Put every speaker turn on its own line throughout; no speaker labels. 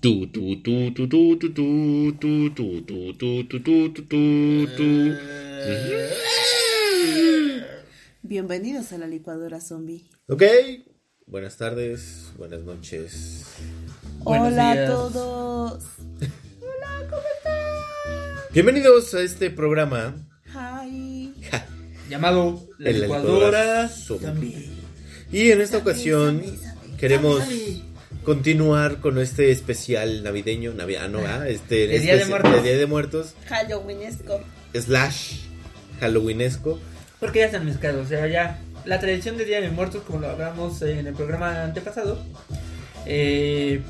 Tu, tu, tu, tu, tu, tu, tu, tu, tu, tu, tu, tu, tu, tu, tu, tu.
Bienvenidos a la licuadora zombie.
Ok. Buenas tardes, buenas noches.
Hola
Buenos
a
días.
todos.
Bienvenidos a este programa.
Hi.
Llamado La
El
Licuadora
Licuadora Zombie.
Zombie.
Y en esta ocasión queremos continuar con este especial navideño. Navi ah, no, ah, este,
De Día de
especi-
Muertos.
de Día de Muertos.
Halloweenesco.
Slash Halloweenesco.
Porque ya están mezclados, o sea, ya. La tradición de Día de Muertos, como lo hablamos en el programa antepasado, eh,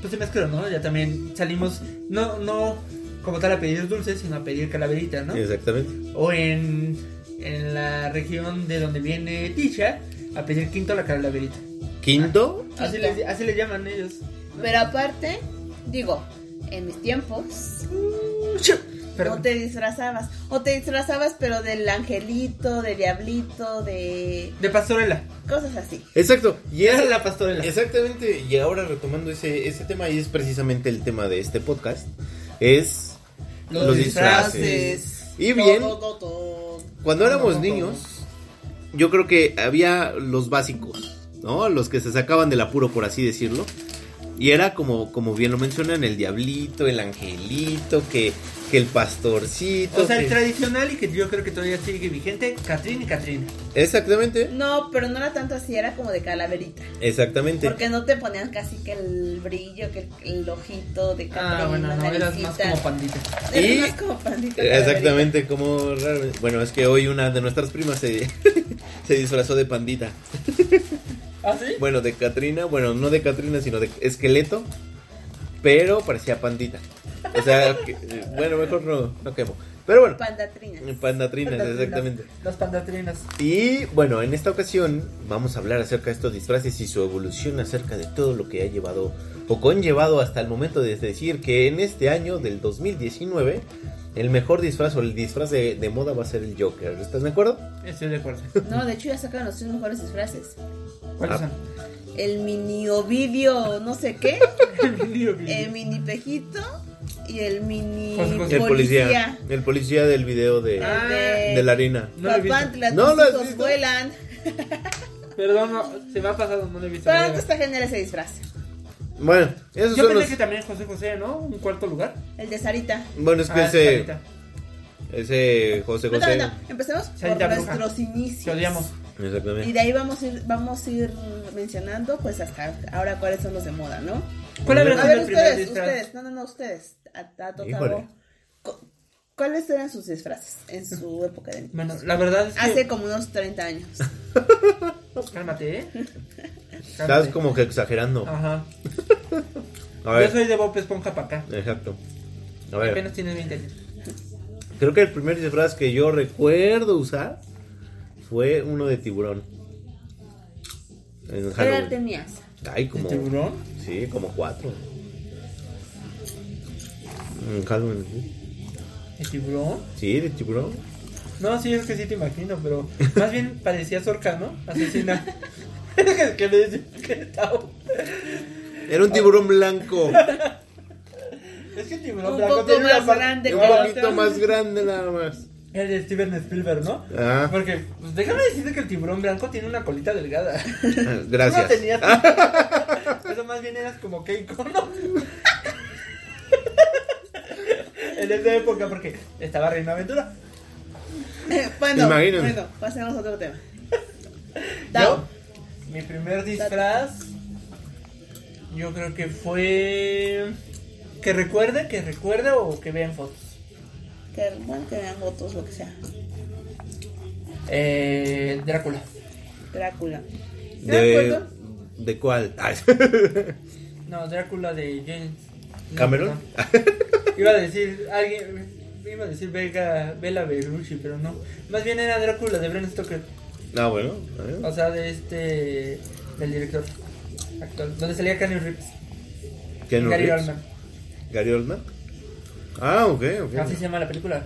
pues se mezcló, ¿no? Ya también salimos, no, no como tal a pedir dulces, sino a pedir calaveritas, ¿no?
Exactamente.
O en, en la región de donde viene Tisha, a pedir quinto la calaverita.
Quinto.
Así le, así le llaman ellos.
Pero aparte, digo, en mis tiempos
Perdón.
no te disfrazabas. O te disfrazabas pero del angelito, del diablito, de
De pastorela.
cosas así.
Exacto. Y
Era
es
la pastorela.
Exactamente, y ahora retomando ese, ese tema, y es precisamente el tema de este podcast, es
Los
disfraces.
Y bien,
Todo, todo, todo.
cuando éramos
No, no,
niños, yo creo que había los básicos, ¿no? Los que se sacaban del apuro, por así decirlo. Y era como, como bien lo mencionan, el diablito, el angelito, que, que el pastorcito.
O sea, el
que-
tradicional y que yo creo que todavía sigue vigente, Catrín y Catrín.
Exactamente,
No, pero no era tanto así, era como de calaverita.
exactamente.
Porque no te ponían casi que el brillo, que el, el ojito de
Ah,
Catrina,
bueno, no, eras más
naricita.
como pandita.
Eras
Y-
más como pandita calaverita.
Exactamente, como raro. Bueno, es que hoy una de nuestras primas se, se disfrazó de pandita.
¿Ah, sí?
Bueno, de Catrina, bueno, no de Catrina, sino de esqueleto, pero parecía pandita. O sea, que- eh, bueno, mejor no, no quemo. Pero bueno,
Pandatrina.
pandatrinas, exactamente.
Las pandatrinas.
Y bueno, en esta ocasión vamos a hablar acerca de estos disfraces y su evolución acerca de todo lo que ha llevado o conllevado hasta el momento de decir que en este año del 2019 el mejor disfraz o el disfraz de, de moda va a ser el Joker. ¿Estás de acuerdo?
Estoy de acuerdo.
No, de hecho ya sacaron los tres mejores disfraces.
¿Cuáles
Ah.
son?
El mini Ovidio, no sé qué, el
Eh,
mini Pejito y el mini
Por supuesto.
El policía. El policía del video de,
Ah,
de la harina.
No lo he visto.
Papantla,
No lo
tus
has
hijos
visto.
vuelan.
Perdón, no, se me ha pasado, no lo he visto.
Pero
no lo he
antes
visto.
esta genera ese disfraz.
Bueno, esos
Yo
son
pensé
los...
que también José José, ¿no? Un cuarto lugar.
El de Sarita.
Bueno, es que
Ah,
ese,
Sarita.
ese José
No,
José.
no, no, Empecemos por
Sarita Bruja.
nuestros inicios.
Te odiamos.
Y
Exactamente.
de ahí vamos a ir, vamos a ir mencionando, pues hasta ahora cuáles son los de moda, ¿no?
¿Cuál
A
habrá
A
sido
ver,
el primer
ustedes,
disfraz?
ustedes, no, no, no, ustedes, a, a Totabo.
Híjole.
Cu- ¿Cuáles eran sus disfraces en su época de niño?
Bueno, la verdad es que...
Hace como unos 30 años.
Cálmate, ¿eh?
Estás como que exagerando.
Ajá.
A
Yo
ver.
soy de Bob Esponja para acá.
Exacto. A ver.
Apenas tienes 20 años.
Creo que el primer disfraz que yo recuerdo usar fue uno de tiburón. En
¿Qué edad
Halloween.
tenías?
Ay, como.
¿De tiburón?
Sí, como cuatro. En Halloween. sí.
¿De tiburón?
Sí, de tiburón.
No, sí, es que sí te imagino, pero más bien parecía Zorca, ¿no? Asesina. Es que le decía que estaba-
Era un tiburón blanco.
Es que el tiburón
Un
blanco
poco
tiene
más
una parte-
grande,
Un
una parte-
poquito más grande nada más.
El de Steven Spielberg, ¿no?
Ah,
Porque, pues déjame decirte que el tiburón blanco tiene una colita delgada. Tú no
gracias.
tenías. Eso más bien eras como Keiko, ¿no? en esa época, porque estaba Reina Aventura.
bueno,
Imagínense.
bueno, pasemos a otro tema.
Yo,
Tao,
mi primer disfraz, yo creo que fue. Que recuerde, que recuerde o que vean fotos.
que, bueno, que vean fotos, lo que sea.
Eh, Drácula.
Drácula. ¿No
¿De,
acuerdo?
¿de cuál? Ah, Ay,
No, Drácula de James. no,
¿Cameron?
no. Iba a decir alguien. Iba a decir Belga, Bela Berlucci, pero no. Más bien era Drácula de Bram Stoker.
Ah, bueno. a ver.
O sea, de este. del director actual. Donde salía Kenny Rips.
Keanu
Gary
Reeves.
Oldman.
Gary Oldman. Ah, ok,
Así se
ok.
llama la película.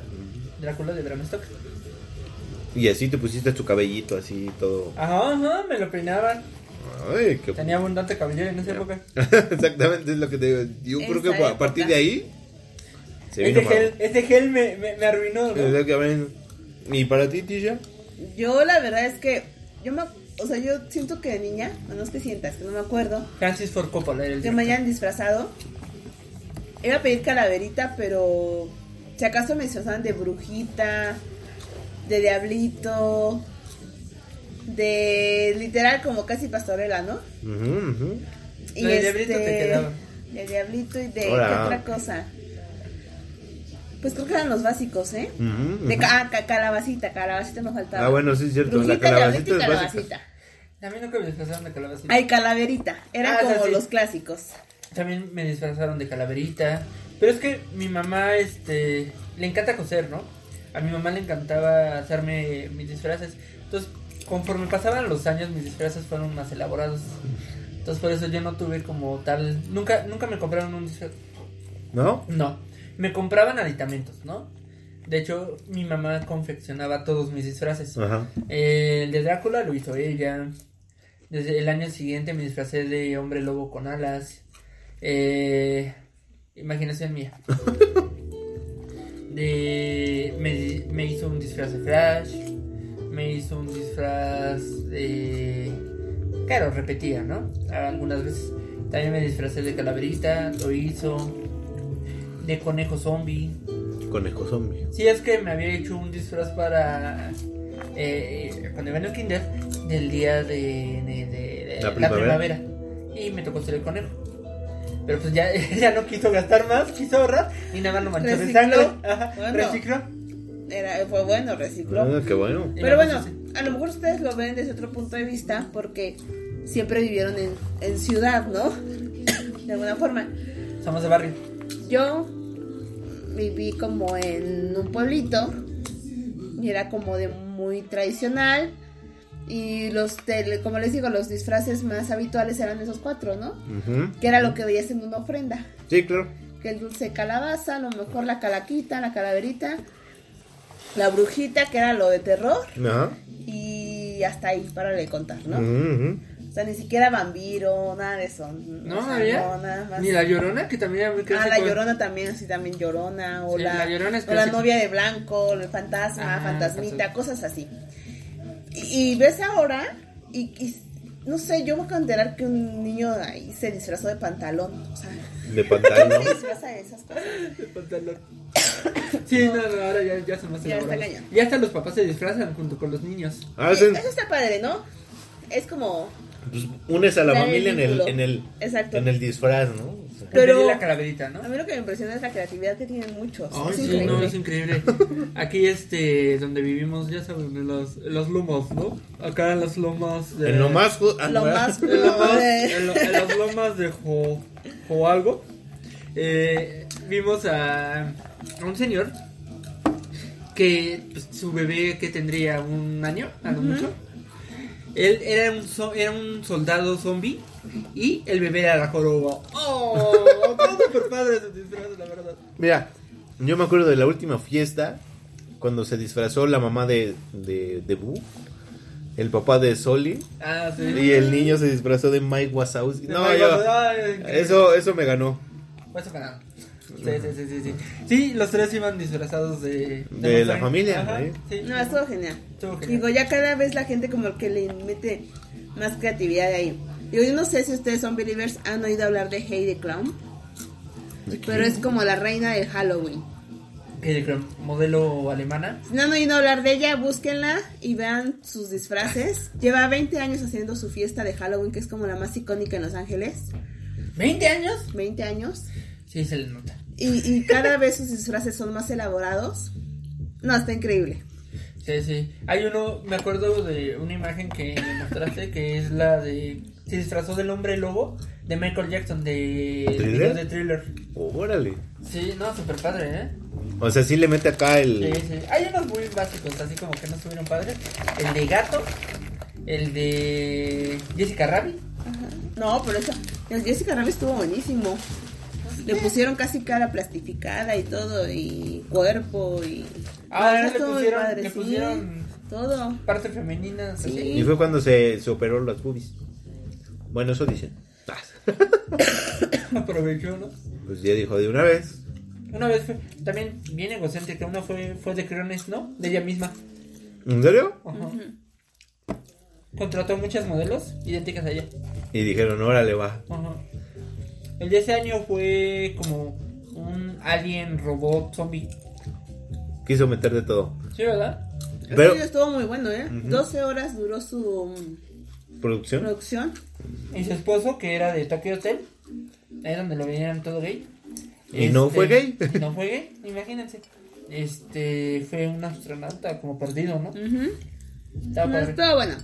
Drácula de Bram Stoker.
Y así te pusiste tu cabellito así todo.
Ajá, ajá, me lo peinaban.
Ay, qué...
Tenía abundante cabellera en esa época.
Exactamente, es lo que te digo. Yo creo que
Esa
a partir de
época.
ahí... Se
Ese
vino mal.
gel, ese gel me, me, me arruinó. güey.
Exactamente. ¿Y para ti, Tisha?
Yo la verdad es que yo me, o sea, yo siento que de niña, o no es que sientas, que no me acuerdo,
Francis Ford Coppola era el
que me
director.
hayan disfrazado. Iba a pedir calaverita, pero si acaso me disfrazaban de brujita, de diablito, de literal como casi pastorela, ¿no?
Ujú, ujú.
Y
No, de diablito te quedaba.
De diablito y de ¿qué
Ahora.
otra cosa. Pues creo que eran los básicos, ¿eh?
Ujú, ujú.
De ca- ah, ca- calabacita, calabacita me faltaba.
Ah, bueno, sí es cierto.
Brujita,
la calabacita
diablito y
es
calabacita.
básica.
A mí nunca me disfrazaron de calaverita.
Ay, calaverita. Eran
Ah, esa
como
sí.
los clásicos.
También me disfrazaron de calaverita. Pero es que mi mamá, este, le encanta coser, ¿no? A mi mamá le encantaba hacerme mis disfraces. Entonces, conforme pasaban los años, mis disfraces fueron más elaborados. Entonces, por eso yo no tuve como tal. Nunca, nunca me compraron un disfraz.
¿No?
No, me compraban aditamentos, ¿no? De hecho, mi mamá confeccionaba todos mis disfraces.
Ajá.
Eh, el de Drácula lo hizo ella. Desde el año siguiente me disfracé de hombre lobo con alas. Eh, imaginación mía. De, me, di- me hizo un disfraz de Flash. Me hizo un disfraz de... Claro, repetía, ¿no? Algunas veces. También me disfracé de calaverita, lo hizo. De conejo zombie.
Conejo zombie.
Sí, es que me había hecho un disfraz para. eh, cuando iba en el kinder, del día de, de- de- de
La
la,
primavera.
primavera. Y me tocó ser el conejo. Pero pues ya, ya no quiso gastar más, quiso ahorrar y nada más lo manchó de
Recicló.
sangre. Ajá,
Bueno.
Recicló.
Era, fue bueno, recicló.
Ah, qué bueno.
Y
Pero
nada
bueno,
más así.
a lo mejor ustedes lo ven desde otro punto de vista porque siempre vivieron en, en ciudad, ¿no? De alguna forma.
Somos de barrio.
Yo viví como en un pueblito y era como de muy tradicional. Y los, tele- como les digo, los disfraces más habituales eran esos cuatro, ¿no?
Ujú.
Que era lo que veías en una ofrenda.
Sí, claro.
que el dulce de calabaza, a lo mejor la calaquita, la calaverita, la brujita, que era lo de terror,
Ajá.
y hasta ahí, para de contar, ¿no?
Ujú,
O sea, ni siquiera vampiro, nada de eso.
No,
o sea,
había.
no, nada más.
Ni la llorona, que también era muy
Ah, la
clásico.
llorona también, así también llorona, o,
Sí,
la,
la Llorona es
o la
clásica.
novia de blanco, el fantasma,
Ah,
fantasmita,
fantasma.
cosas así. Y, y ves ahora, y, y no sé, yo me acabo de enterar que un niño ahí se disfrazó de pantalón, o sea,
ujú. De pantalón.
se disfraza de esas cosas.
El pantalón. Sí, no, no, ahora ya, ya son más
Ya está
elaborados.
cañón.
Ya hasta los papás se disfrazan junto con los niños.
Ah, Hacen,
Eso está padre, ¿no? Es como.
pues, unes a la
Claro,
familia en el,
ridículo.
en el,
Exacto.
en el disfraz, ¿no? O sea,
Pero-
Pero. la calaverita, ¿no?
A mí lo que me impresiona es la creatividad que tienen muchos.
Ay,
es
sí,
increíble.
no, es increíble. Aquí, este, donde vivimos, ya saben, en los, en los lomos, ¿no? Acá en las lomas de...
en lo más... ju- ah,
Lo
¿verdad?
más.
En, la más-
pobre.
en lo- en las lomas de Jo... Jo algo. eh, vimos a, a un señor que pues, su bebé que tendría un año, a lo mucho. Él era un, zo- era un soldado zombie y el bebé era la joroba. ¡Oh! Está súper padre su disfraz, la verdad.
Mira, yo me acuerdo de la última fiesta cuando se disfrazó la mamá de, de, de Boo, el papá de Soli
Ah, sí.
y el niño se disfrazó de Mike Wazowski.
De
No,
Michael-
yo-
Ay, qué-
eso, eso me ganó.
Pues, ojalá. Sí, sí, sí, sí, sí. Sí, los tres iban disfrazados de...
De la
Monster.
familia,
Ajá,
¿eh?
sí.
No, estuvo genial.
Estuvo genial.
Digo, ya cada vez la gente como que le mete más creatividad ahí. Digo, yo no sé si ustedes son believers, han oído hablar de Heidi Clown. Pero es como la reina del Halloween.
Que yo creo, modelo alemana.
Si no han oído hablar de ella, búsquenla y vean sus disfraces. Lleva 20 años haciendo su fiesta de Halloween, que es como la más icónica en Los Ángeles.
¿20 años?
20 años.
Sí, se le nota.
Y, y cada vez sus disfraces son más elaborados. No, está increíble.
Sí, sí. Hay uno, me acuerdo de una imagen que me mostraste, que es la de... Se disfrazó del hombre lobo de Michael Jackson, de...
¿Thriller?
video de thriller.
Órale.
Sí, no, súper padre, ¿eh?
O sea, sí le mete acá
Sí,
el...
sí. Hay unos muy básicos, así como que no estuvieron padres. El de gato, el de Jessica Rabbit.
No, pero eso. El Jessica Rabbit estuvo buenísimo. Le pusieron casi cara plastificada y todo, y cuerpo, y.
Ah,
La verdad estuvo muy
o sea, le pusieron-
padre,
le
sí.
pusieron-
Todo.
Parte femenina,
Sí.
así.
Y fue cuando se, se operó las boobies. Bueno, eso dicen. Ah,
Aprovechó, ¿no?
Pues ya dijo de una vez.
Una vez fue también bien egocéntrica, una fue, fue de creones, ¿no? De ella misma.
¿En serio?
Ajá. Contrató muchas modelos idénticas a ella.
Y dijeron, órale, va.
Ajá. El de ese año fue como un alien robot zombie.
Quiso meter de todo.
¿Sí, verdad?
El
Pero-
video estuvo muy bueno, ¿eh? 12 horas duró su um,
¿Producción?
producción.
Y su esposo, que era de Tokyo Hotel, ahí donde lo veían todo gay.
¿Y no fue gay?
y No fue gay, imagínense. Este, fue un astronauta como perdido, ¿no?
Ujú.
Estaba
No,
padre.
estuvo bueno.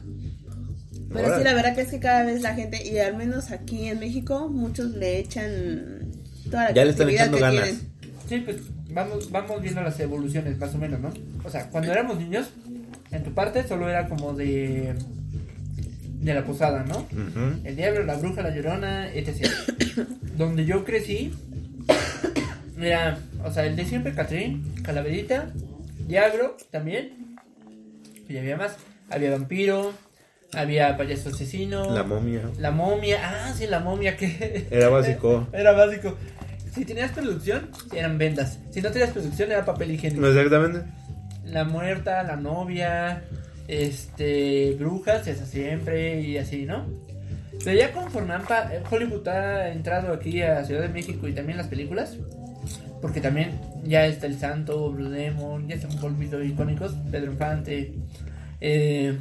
Pero
Órale.
sí, la verdad que es que cada vez la gente, y al menos aquí en México, muchos le echan toda la
Ya le están
creatividad
echando
que
ganas.
tienen.
Sí, pues vamos, vamos viendo las evoluciones, más o menos, ¿no? O sea, cuando éramos niños, en tu parte solo era como de. de la posada, ¿no?
Ujú.
El diablo, la bruja, la llorona, etc. Donde yo crecí, mira, o sea, el de siempre, Catrín, Calaverita, Diablo también. Y había más. Había vampiro, había payaso asesino.
La momia.
La momia, ah, sí, la momia que...
Era básico.
era básico. Si tenías producción, eran ventas. Si no tenías producción, era papel higiénico.
¿No exactamente?
La muerta, la novia, este, brujas, esa siempre y así, ¿no? Pero ya conforme han pa- Hollywood ha entrado aquí a Ciudad de México y también las películas, porque también ya está El Santo, Blue Demon, ya se han volvido icónicos, Pedro Infante, eh,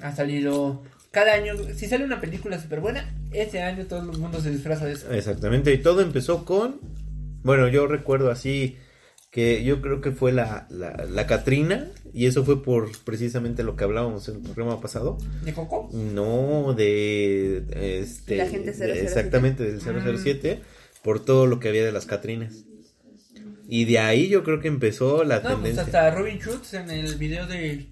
ha salido cada año, si sale una película súper buena, ese año todo el mundo se disfraza de eso.
Exactamente, y todo empezó con. Bueno, yo recuerdo así que yo creo que fue la, la, la Catrina, y eso fue por precisamente lo que hablábamos en el programa pasado.
¿De Coco?
No de. Este,
La gente 007.
Exactamente, del 007,
Ah.
por todo lo que había de las Catrinas. Y de ahí yo creo que empezó la
No, pues
tendencia.
hasta Robin Schultz en el video de,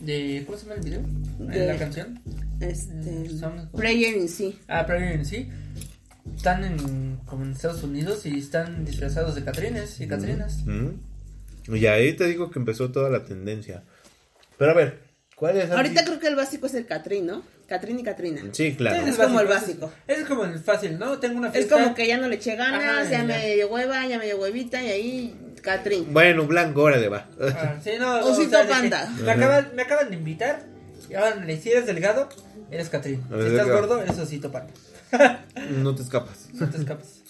de ¿cómo se llama el video?
De-
En la canción.
Este,
Son-
Prayer in sí.
Ah, pero en sí. Están en, como en Estados Unidos y están disfrazados de Catrines y Catrinas.
Ujú. Y ahí te digo que empezó toda la tendencia. Pero a ver, ¿cuál es?
Ahorita creo que el básico es el Catrín, ¿no? Catrín y Catrina.
Sí, claro.
Es como el básico.
Es, como el fácil, ¿no? Tengo una
Es
fiesta.
como que ya no le eché ganas,
Ajá,
ya
ya.
me dio hueva, ya me dio huevita, y ahí Catrín.
Bueno, blanco, órale, va.
Ah, sí, no,
Osito
de que
Panda.
Me acaban, me acaban de invitar. Y ahora, si eres delgado, eres Catrín.
A ver,
Si estás
delgado.
gordo, eres Osito Panda.
No te escapas.
No te escapas.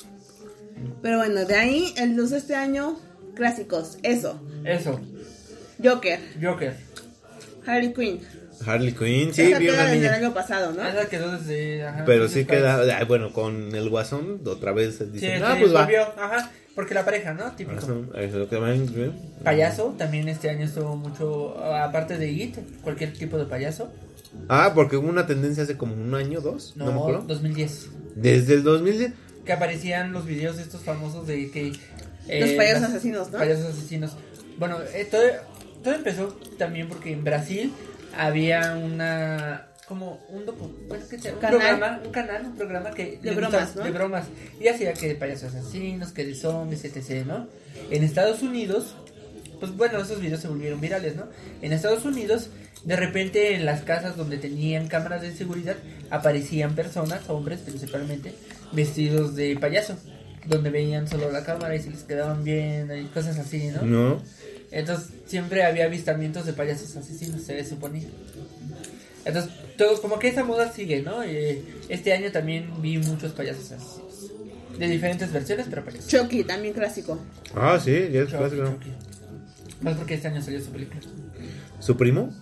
Pero bueno, de ahí, el luz este año, clásicos. Eso.
Eso,
Joker,
Joker.
Harley Quinn.
Harley Quinn, sí,
Esa
bien
queda
la
desde el
niña.
año pasado, ¿no?
Esa quedó desde. ajá,
Pero
desde
sí
los padres.
queda, ay, bueno, con el guasón otra vez
Sí,
dicen,
sí,
ah, pues va.
volvió, Ajá, porque la pareja, ¿no? Típico.
Ajá, es lo que van, ¿eh?
Payaso, también este año estuvo mucho, aparte de IT, cualquier tipo de payaso.
Ah, porque hubo una tendencia hace como un año, dos, no,
No,
me acuerdo.
2010.
Desde el 2010.
Que aparecían los videos estos famosos de que... eh,
Los payasos
las-
asesinos, ¿no?
Payasos asesinos. Bueno, eh, todo, todo empezó también porque en Brasil había una... Como un docu... pues, ¿qué sea? un
Canal.
programa, un canal, un programa que...
De
le
bromas,
gustaba-
¿no?
De bromas. Y hacía que de payasos asesinos, que de zombies, etc, ¿no? En Estados Unidos... Pues bueno, esos videos se volvieron virales, ¿no? En Estados Unidos, de repente en las casas donde tenían cámaras de seguridad, aparecían personas, hombres principalmente, vestidos de payaso, donde veían solo la cámara y se les quedaban bien y cosas así, ¿no?
No.
Entonces siempre había avistamientos de payasos asesinos, se suponía. Entonces, todo, como que esa moda sigue, ¿no? Eh, este año también vi muchos payasos asesinos. De diferentes versiones, pero payasos.
Chucky, también clásico.
Ah, sí, ya es
Chucky,
clásico.
Chucky. Más porque este año salió su película.
¿Su primo?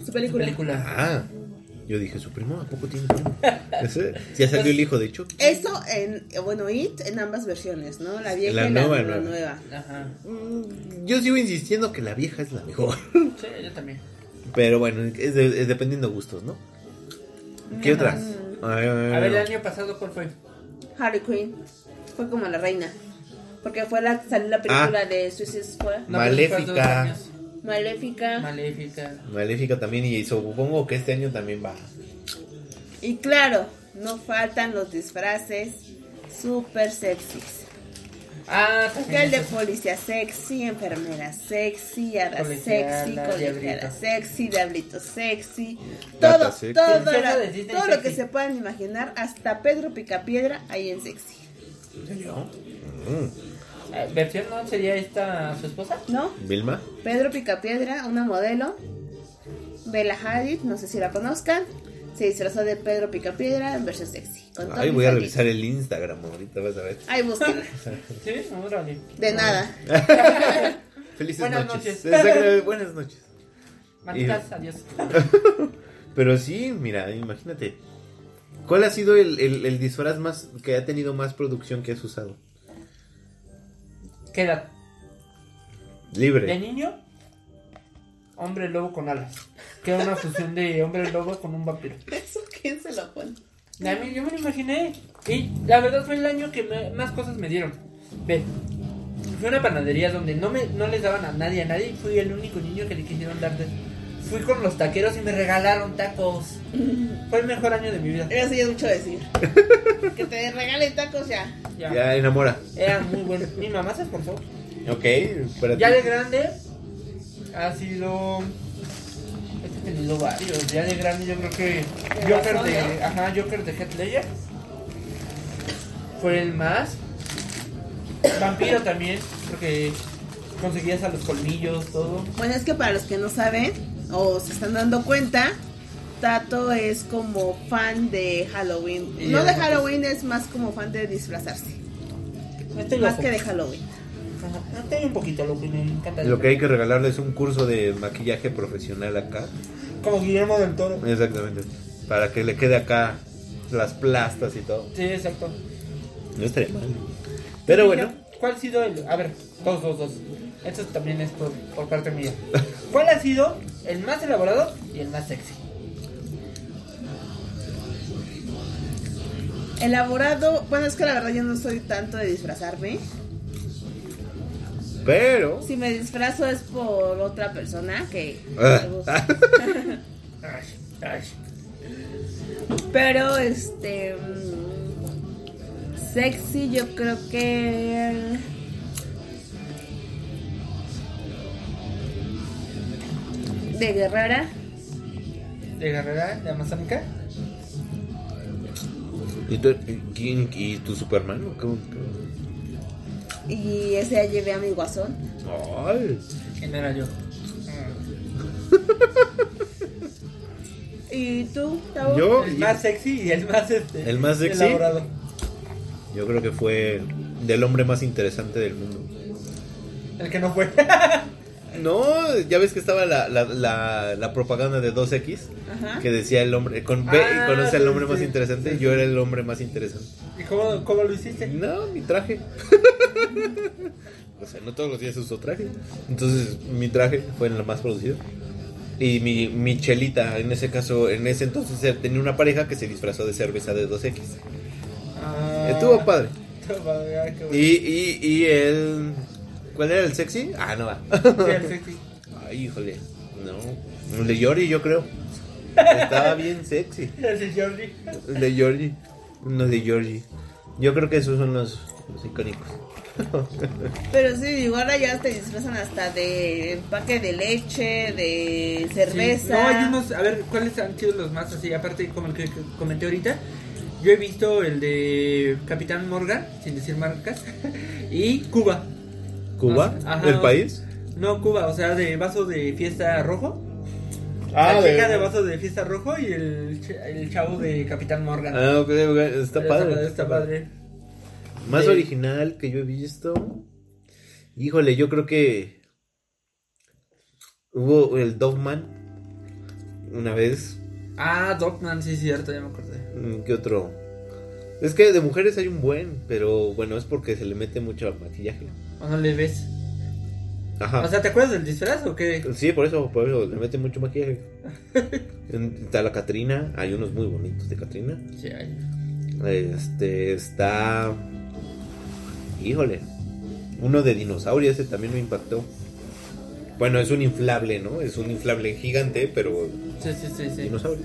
Su
Su
película.
película.
Ah, yo dije, ¿su primo? ¿A poco tiene primo? Ese, Ya salió el hijo de Chucky.
Eso en, bueno, It en ambas versiones, ¿no? La vieja
La
y la-
nueva,
la,
nueva.
nueva.
Ajá.
Mm, Yo sigo insistiendo que la vieja es la mejor.
Sí, yo también.
Pero bueno, es, de- es dependiendo gustos, ¿no? ¿Qué otras? Ay, ay,
mm. A ver, el
ay.
año pasado, ¿cuál fue? pues,
Harley Quinn fue como la reina. Porque fue la, salió la película
Ah.
de Suicide Squad,
No,
Maléfica.
pero fue hace dos
Maléfica.
años. Maléfica.
Maléfica también y supongo que este año también va.
y claro, no faltan los disfraces super sexys.
Ah,
Que el de policía sexy, enfermera sexy, hada
Colegiala,
sexy, colegiala
diablito.
sexy, diablito sexy,
Rata
todo,
sexy.
todo,
Jefa
la-
de Disney
todo lo
sexy.
que se puedan imaginar, hasta Pedro Picapiedra ahí en sexy,
¿En serio? Mm.
Ah, ¿Versión no sería esta su esposa?
¿no?
¿Vilma?
Pedro Picapiedra, una modelo, Bella Hadid, no sé si la conozcan, se disfrazó de Pedro Picapiedra en versión sexy. con
Ay,
Tommy
voy a
Hadid.
revisar el Instagram ahorita, vas a ver.
Ay, búsquenla.
Sí, órale.
De nada.
Felices
Buenas
noches.
noches.
Exacto, Buenas noches.
Manitas, adiós.
Pero sí, mira, imagínate. ¿Cuál ha sido el, el- el disfraz más que ha tenido más producción que has usado?
¿Qué edad? De
Libre.
niño, hombre lobo con alas. Que era una fusión de hombre lobo con un vampiro.
¿Eso quién se lo pone?
A mí, yo me lo imaginé. Y la verdad fue el año que me- más cosas me dieron. Ve, fue una panadería donde no, me, no les daban a nadie, a nadie. y Fui el único niño que le quisieron dar. de- Fui con los taqueros y me regalaron tacos. Fue el mejor año de mi vida.
Eso ya es mucho decir. que te regalen tacos ya.
Ya.
Ya enamora.
Era muy bueno. Mi mamá se esforzó.
Ok, para
Ya de
ti.
grande ha sido. este, He tenido varios. Ya de grande yo creo que.
De
Joker
razón,
de.
¿no?
Ajá, Joker de Head Ledger. Fue el más. Vampiro también, porque conseguías a los colmillos, todo.
Bueno, es que para los que no saben o se están dando cuenta, Tato es como fan de Halloween.
Y
no
yo
de
no sé.
Halloween, es más como fan de disfrazarse.
No estoy
Más
loco.
que de Halloween.
Ajá, no estoy un poquito loco y me encanta.
Lo que hay que regalarle es un curso de maquillaje profesional acá.
Como Guillermo del Toro.
Exactamente. Para que le quede acá las plastas y todo.
Sí, exacto.
No estaría mal. Pero bueno.
¿Cuál ha sido el.? A ver, dos, dos, dos. Esto también es por, por parte mía. ¿Cuál ha sido el más elaborado y el más sexy?
Elaborado, bueno, es que la verdad yo no soy tanto de disfrazarme.
Pero.
Si me disfrazo es por otra persona que...
Ah.
Ay, ay.
Pero este mm, sexy yo creo que de guerrera
¿De Guerrera? ¿De Amazónica?
¿Y tú, quién- y tu Superman? ¿no? ¿Cómo- cómo?
y ese ya llevé a mi guasón.
Ay.
¿Quién era yo? Mm.
¿Y tú, Tavo?
Yo-
El más sexy y el más este,
¿El más sexy?
elaborado.
Yo creo que fue del hombre más interesante del mundo.
El que no fue.
No, ya ves que estaba la, la, la, la propaganda de 2X ¿Ah?
Ajá.
que decía el hombre, con ve
Ah,
y conoce al
sí,
hombre más
sí,
interesante,
sí,
yo
sí.
era el hombre más interesante.
¿Y cómo, cómo lo hiciste?
No, mi traje. o sea, no todos los días uso traje. Entonces, mi traje fue el más producido. Y mi, mi chelita, en ese caso, en ese entonces eh, tenía una pareja que se disfrazó de cerveza de 2X.
Ah,
Estuvo padre.
Estuvo padre, ah, qué bueno.
Y, y, y el... ¿Cuál era el sexy? Ah, no va.
Sí, el sexy.
Ay, híjole. No. El de Yori, yo creo. Estaba bien sexy.
El de Jordi.
El de Georgie. No, de Georgie. Yo creo que esos son los, los icónicos.
Pero sí, digo, ahora ya te disfrazan hasta de empaque de leche, de cerveza.
Sí. No, hay unos, a ver, ¿cuáles han sido los más así? Aparte, como el que que comenté ahorita, yo he visto el de Capitán Morgan, sin decir marcas, y Cuba.
¿Cuba?
Ah, Ajá.
¿El país?
No, Cuba, o sea, de vaso de fiesta rojo.
Ah,
la chica de vaso de fiesta rojo y el, ch- el chavo de Capitán Morgan.
Ah, ok, ok, Está padre.
Está padre.
Más
Sí.
original que yo he visto. Híjole, yo creo que hubo el Dogman una vez.
Ah, Dogman, sí, cierto, ya me acordé.
Mm, ¿Qué otro? Es que de mujeres hay un buen, pero bueno, es porque se le mete mucho maquillaje.
O no le ves.
Ajá.
O sea, ¿te acuerdas del disfraz o qué?
Ah. Sí, por eso, por eso, le mete mucho maquillaje. En- está la Catrina, hay unos muy bonitos de Catrina.
Sí, ay.
Este, está... Híjole, uno de dinosaurio, ese también me impactó. Bueno, es un inflable, ¿no? Es un inflable gigante, pero
sí, sí, sí. sí.
dinosaurio.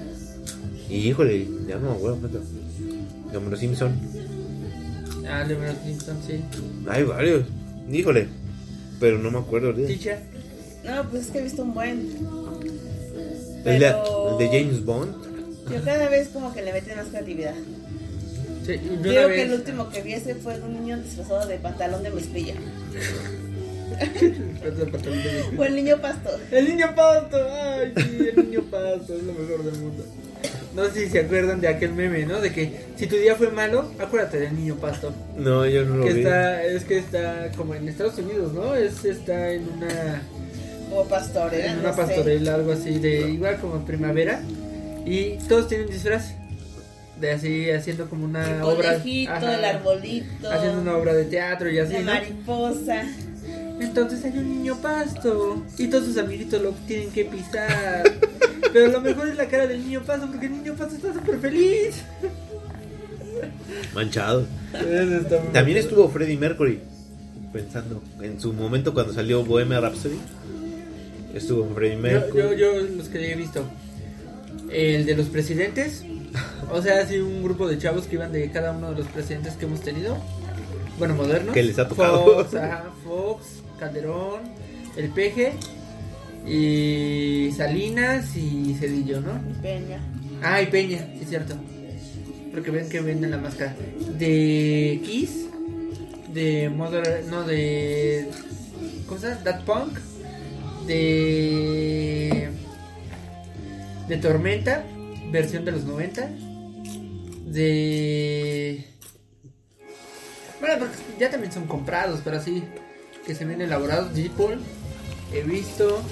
Y híjole, ya no me acuerdo cuánto. Como los Simpson.
Ah, Leonard Nimoy, sí.
Hay varios. Híjole. Pero no me acuerdo ahorita.
Teacher.
No, pues es que he visto un buen.
El de- el
Pero-
de James Bond.
Yo cada vez como que le meten más creatividad.
Sí, y yo una
Creo que
vez-
el último que vi ese fue un niño disfrazado de pantalón de mezclilla.
Perdón, perdón, perdón.
O el niño pasto.
El niño pasto, ay, sí, el niño pasto es lo mejor del mundo. No sé si se acuerdan de aquel meme, ¿no? De que si tu día fue malo, acuérdate del niño pasto.
No, yo no lo
Que
vi.
está, es que está como en Estados Unidos, ¿no? Es, está en una,
O pastorela.
en una
no sé.
pastorela, algo así, de igual como en primavera. Y todos tienen disfraz. De así, haciendo como
El
una obra.
conejito,
ajá,
el arbolito.
Haciendo una obra de teatro y así,
La
¿no?
mariposa.
Entonces hay un niño pasto y todos sus amiguitos lo tienen que pisar. Pero lo mejor es la cara del niño pasto porque el niño pasto está súper feliz.
Manchado. También estuvo Freddie Mercury. Pensando en su momento cuando salió Bohemia Rhapsody. Estuvo Freddie
Yo,
Mercury.
yo, yo los que he visto. El de los presidentes. O sea, así un grupo de chavos que iban de cada uno de los presidentes que hemos tenido. Bueno, modernos.
Que les ha tocado.
Fox, ajá, Fox, Calderón, El Peje. Y Salinas y Cedillo, ¿no?
Peña.
Ah, y Peña, sí es cierto. Porque ven que venden la máscara. De Kiss, de Mother, no, de ¿cómo se llama? That Punk, de de Tormenta, versión de los 90, de bueno, porque ya también son comprados, pero así que se ven elaborados. Deadpool, he visto.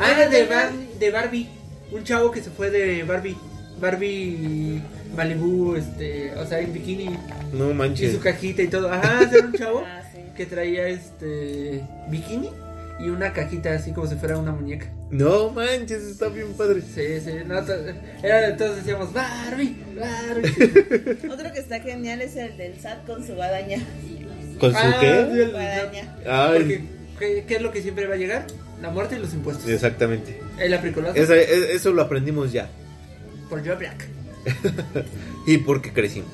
Ah, de, Bar- de Barbie. Un chavo que se fue de Barbie. Barbie Malibu, este, o sea, en bikini.
No
Y
manches.
su cajita y todo. Ajá, ese era un chavo
Ah, sí.
que traía este bikini y una cajita así como si fuera una muñeca.
No manches, está bien padre.
Sí, sí, no, to- era, todos decíamos Barbie, Barbie.
Otro que está genial es el del SAT con su guadaña.
¿Con su
Ah, sí,
qué?
el-
Guadaña.
Ay,
Porque, ¿qué, qué es lo que siempre va a llegar? La muerte y los impuestos.
exactamente.
El apricolazo
Esa- e- eso lo aprendimos ya.
por Joe Black.
Y porque crecimos.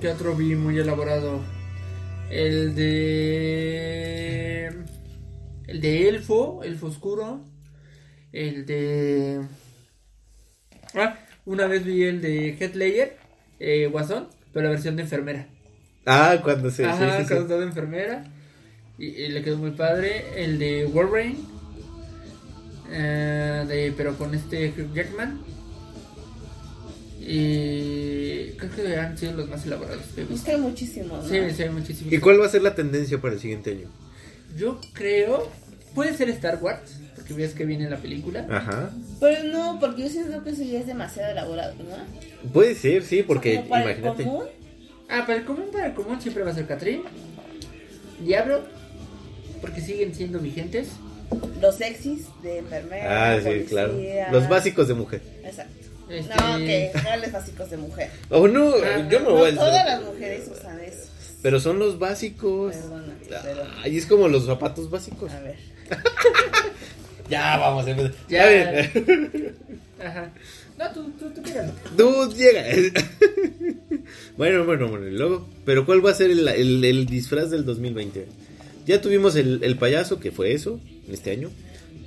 ¿Qué otro vi muy elaborado? El de. El de Elfo, Elfo Oscuro. El de. Ah, una vez vi el de Headlayer, eh, Guasón, pero la versión de enfermera.
Ah, cuando se. sí,
Ajá,
sí, sí.
cuando está de enfermera. Y, y le quedó muy padre. El de Wolverine. eh, de, pero con este Hugh Jackman. Y creo que han sido los más elaborados que he visto.
Busca muchísimos. ¿no?
Sí, sí, hay muchísimos.
¿Y cuál va a ser la tendencia para el siguiente año?
Yo creo. Puede ser Star Wars. Porque ves que viene la película.
Ajá.
Pero no, porque yo siento que eso ya es demasiado elaborado, ¿no?
Puede ser, sí, porque
Como para el
imagínate.
común,
Ah, para el común, para el común siempre va a ser Catrín. Diablo. Porque siguen siendo vigentes.
los sexys de enfermera.
Ah, sí,
policía.
claro. Los básicos de mujer.
Exacto.
Este,
No, que reales básicos de mujer.
Oh, no, yo no,
Ah, No,
voy a
todas
decir-
las mujeres usan eso.
Pero son los
Pues,
básicos.
Perdona, pero-
Ay, es como los zapatos básicos.
A ver.
Ya, vamos a empezar.
Ah. Ya.
Ya ven.
Ajá. No, tú, tú, tú pégale.
Tú llega. bueno, bueno, bueno. y luego, pero ¿cuál va a ser el, el- el disfraz del 2020? Ya tuvimos el, el payaso, que fue eso, este año.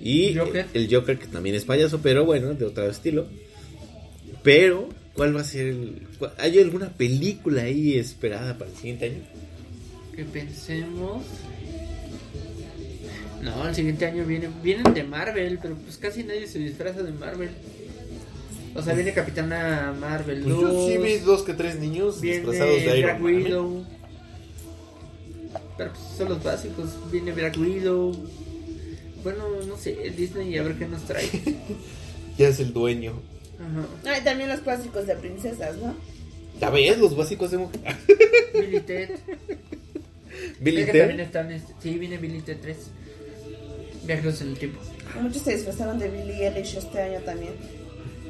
Y
Joker.
el Joker, que también es payaso, pero bueno, de otro estilo. Pero, ¿cuál va a ser el. cuál- ¿Hay alguna película ahí esperada para el siguiente año?
Que pensemos. No, el siguiente año viene, vienen de Marvel, pero pues casi nadie se disfraza de Marvel. O sea, viene Capitana Marvel
Pues
2.
dos que tres niños
viene Black Widow. Pero pues son los básicos. Viene Black Widow. Bueno, no sé, Disney a ver qué nos trae.
Ya es el dueño.
Ajá.
Ah, y también los clásicos de princesas, ¿no?
Ya ves, los básicos de mujer.
Billy Ted.
Billy
Es que
Ted.
también están, este- sí, viene Billy Ted 3. Viajeros en el tiempo.
Muchos se disfrazaron de Billie Eilish este año también.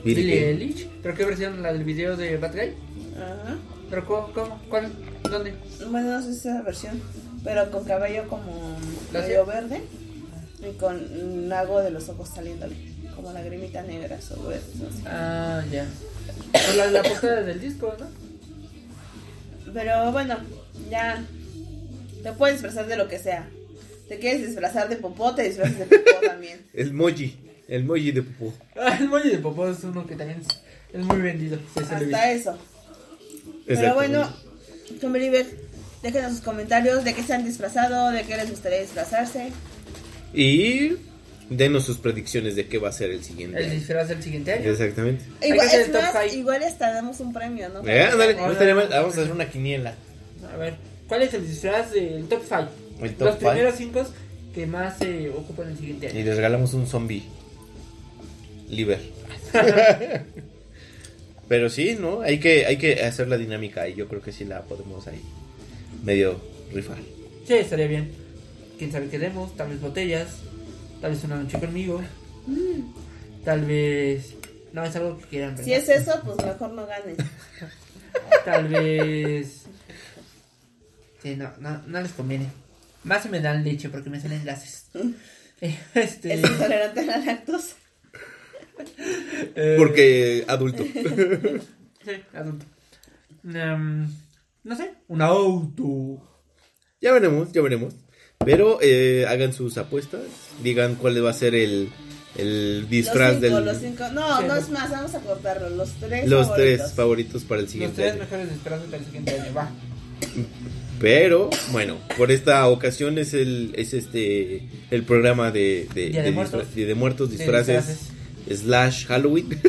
Billy
Billy
Ted.
Eilish. ¿Pero qué versión? ¿La del video de Batgirl?
Ajá.
¿Pero cómo? cómo? ¿Cuál? ¿Dónde?
Bueno, no sé si es esa versión, pero con cabello como medio verde y con un lago de los ojos saliéndole, como lagrimita negra sobre eso.
Ah, ya. Pues la, la portada del disco, ¿no?
Pero bueno, ya. Te puedes disfrazar de lo que sea. Te quieres disfrazar de popó, te disfrazas de popó también.
El moji. El moji de Pupú.
Ah, El moño de popó es uno que también es, es muy vendido. sí, se le
Hasta
ve.
eso. Pero bueno, Cumberliver, déjenos sus comentarios de qué se han disfrazado, de qué les gustaría disfrazarse.
Y denos sus predicciones de qué va a ser el siguiente.
El disfraz del siguiente año.
Exactamente.
Hay que
Igual,
hacer
es
el top
más,
five.
igual hasta damos un premio, ¿no?
Eh, ándale, no
Hola.
estaría mal. Vamos a hacer una quiniela.
A ver, ¿cuál es el disfraz del top 5?
El top
Los
five.
primeros 5 que más se ocupan el siguiente
Y
año.
les regalamos un zombie. Liber. Pero sí, ¿no? Hay que, hay que hacer la dinámica y yo creo que sí la podemos ahí medio rifar.
Sí, estaría bien. Quién sabe qué demos, tal vez botellas, tal vez una noche conmigo, tal vez. No, es algo que quieran.
Si
¿verdad?
Mm. es eso, pues mejor no ganen.
Tal vez. Sí, no, no, no les conviene. Más se me dan leche porque me salen gases. Eh, Este.
Mm. Es intolerante a la lactosa.
eh,
Porque adulto.
Sí, adulto. Em, no sé, un auto.
ya veremos, ya veremos. Pero eh, hagan sus apuestas. Digan cuál va a ser el, el disfraz
los cinco,
del.
los cinco. No,
Sí,
no
no.
es más, vamos a cortarlo. Los tres.
los
favoritos.
tres favoritos para el
Los
siguiente
tres
año.
mejores esperanzas para el siguiente año. Va.
Pero bueno, por esta ocasión es el es este el programa de de,
Día de
de
Muertos.
disfra- Día de muertos
De
disfraces slash Halloween.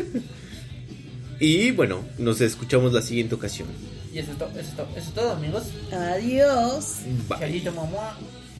y bueno, nos escuchamos la siguiente ocasión.
Y eso es todo, eso es todo, eso es todo, amigos.
Adiós.
Bye.
Chayito, mamá.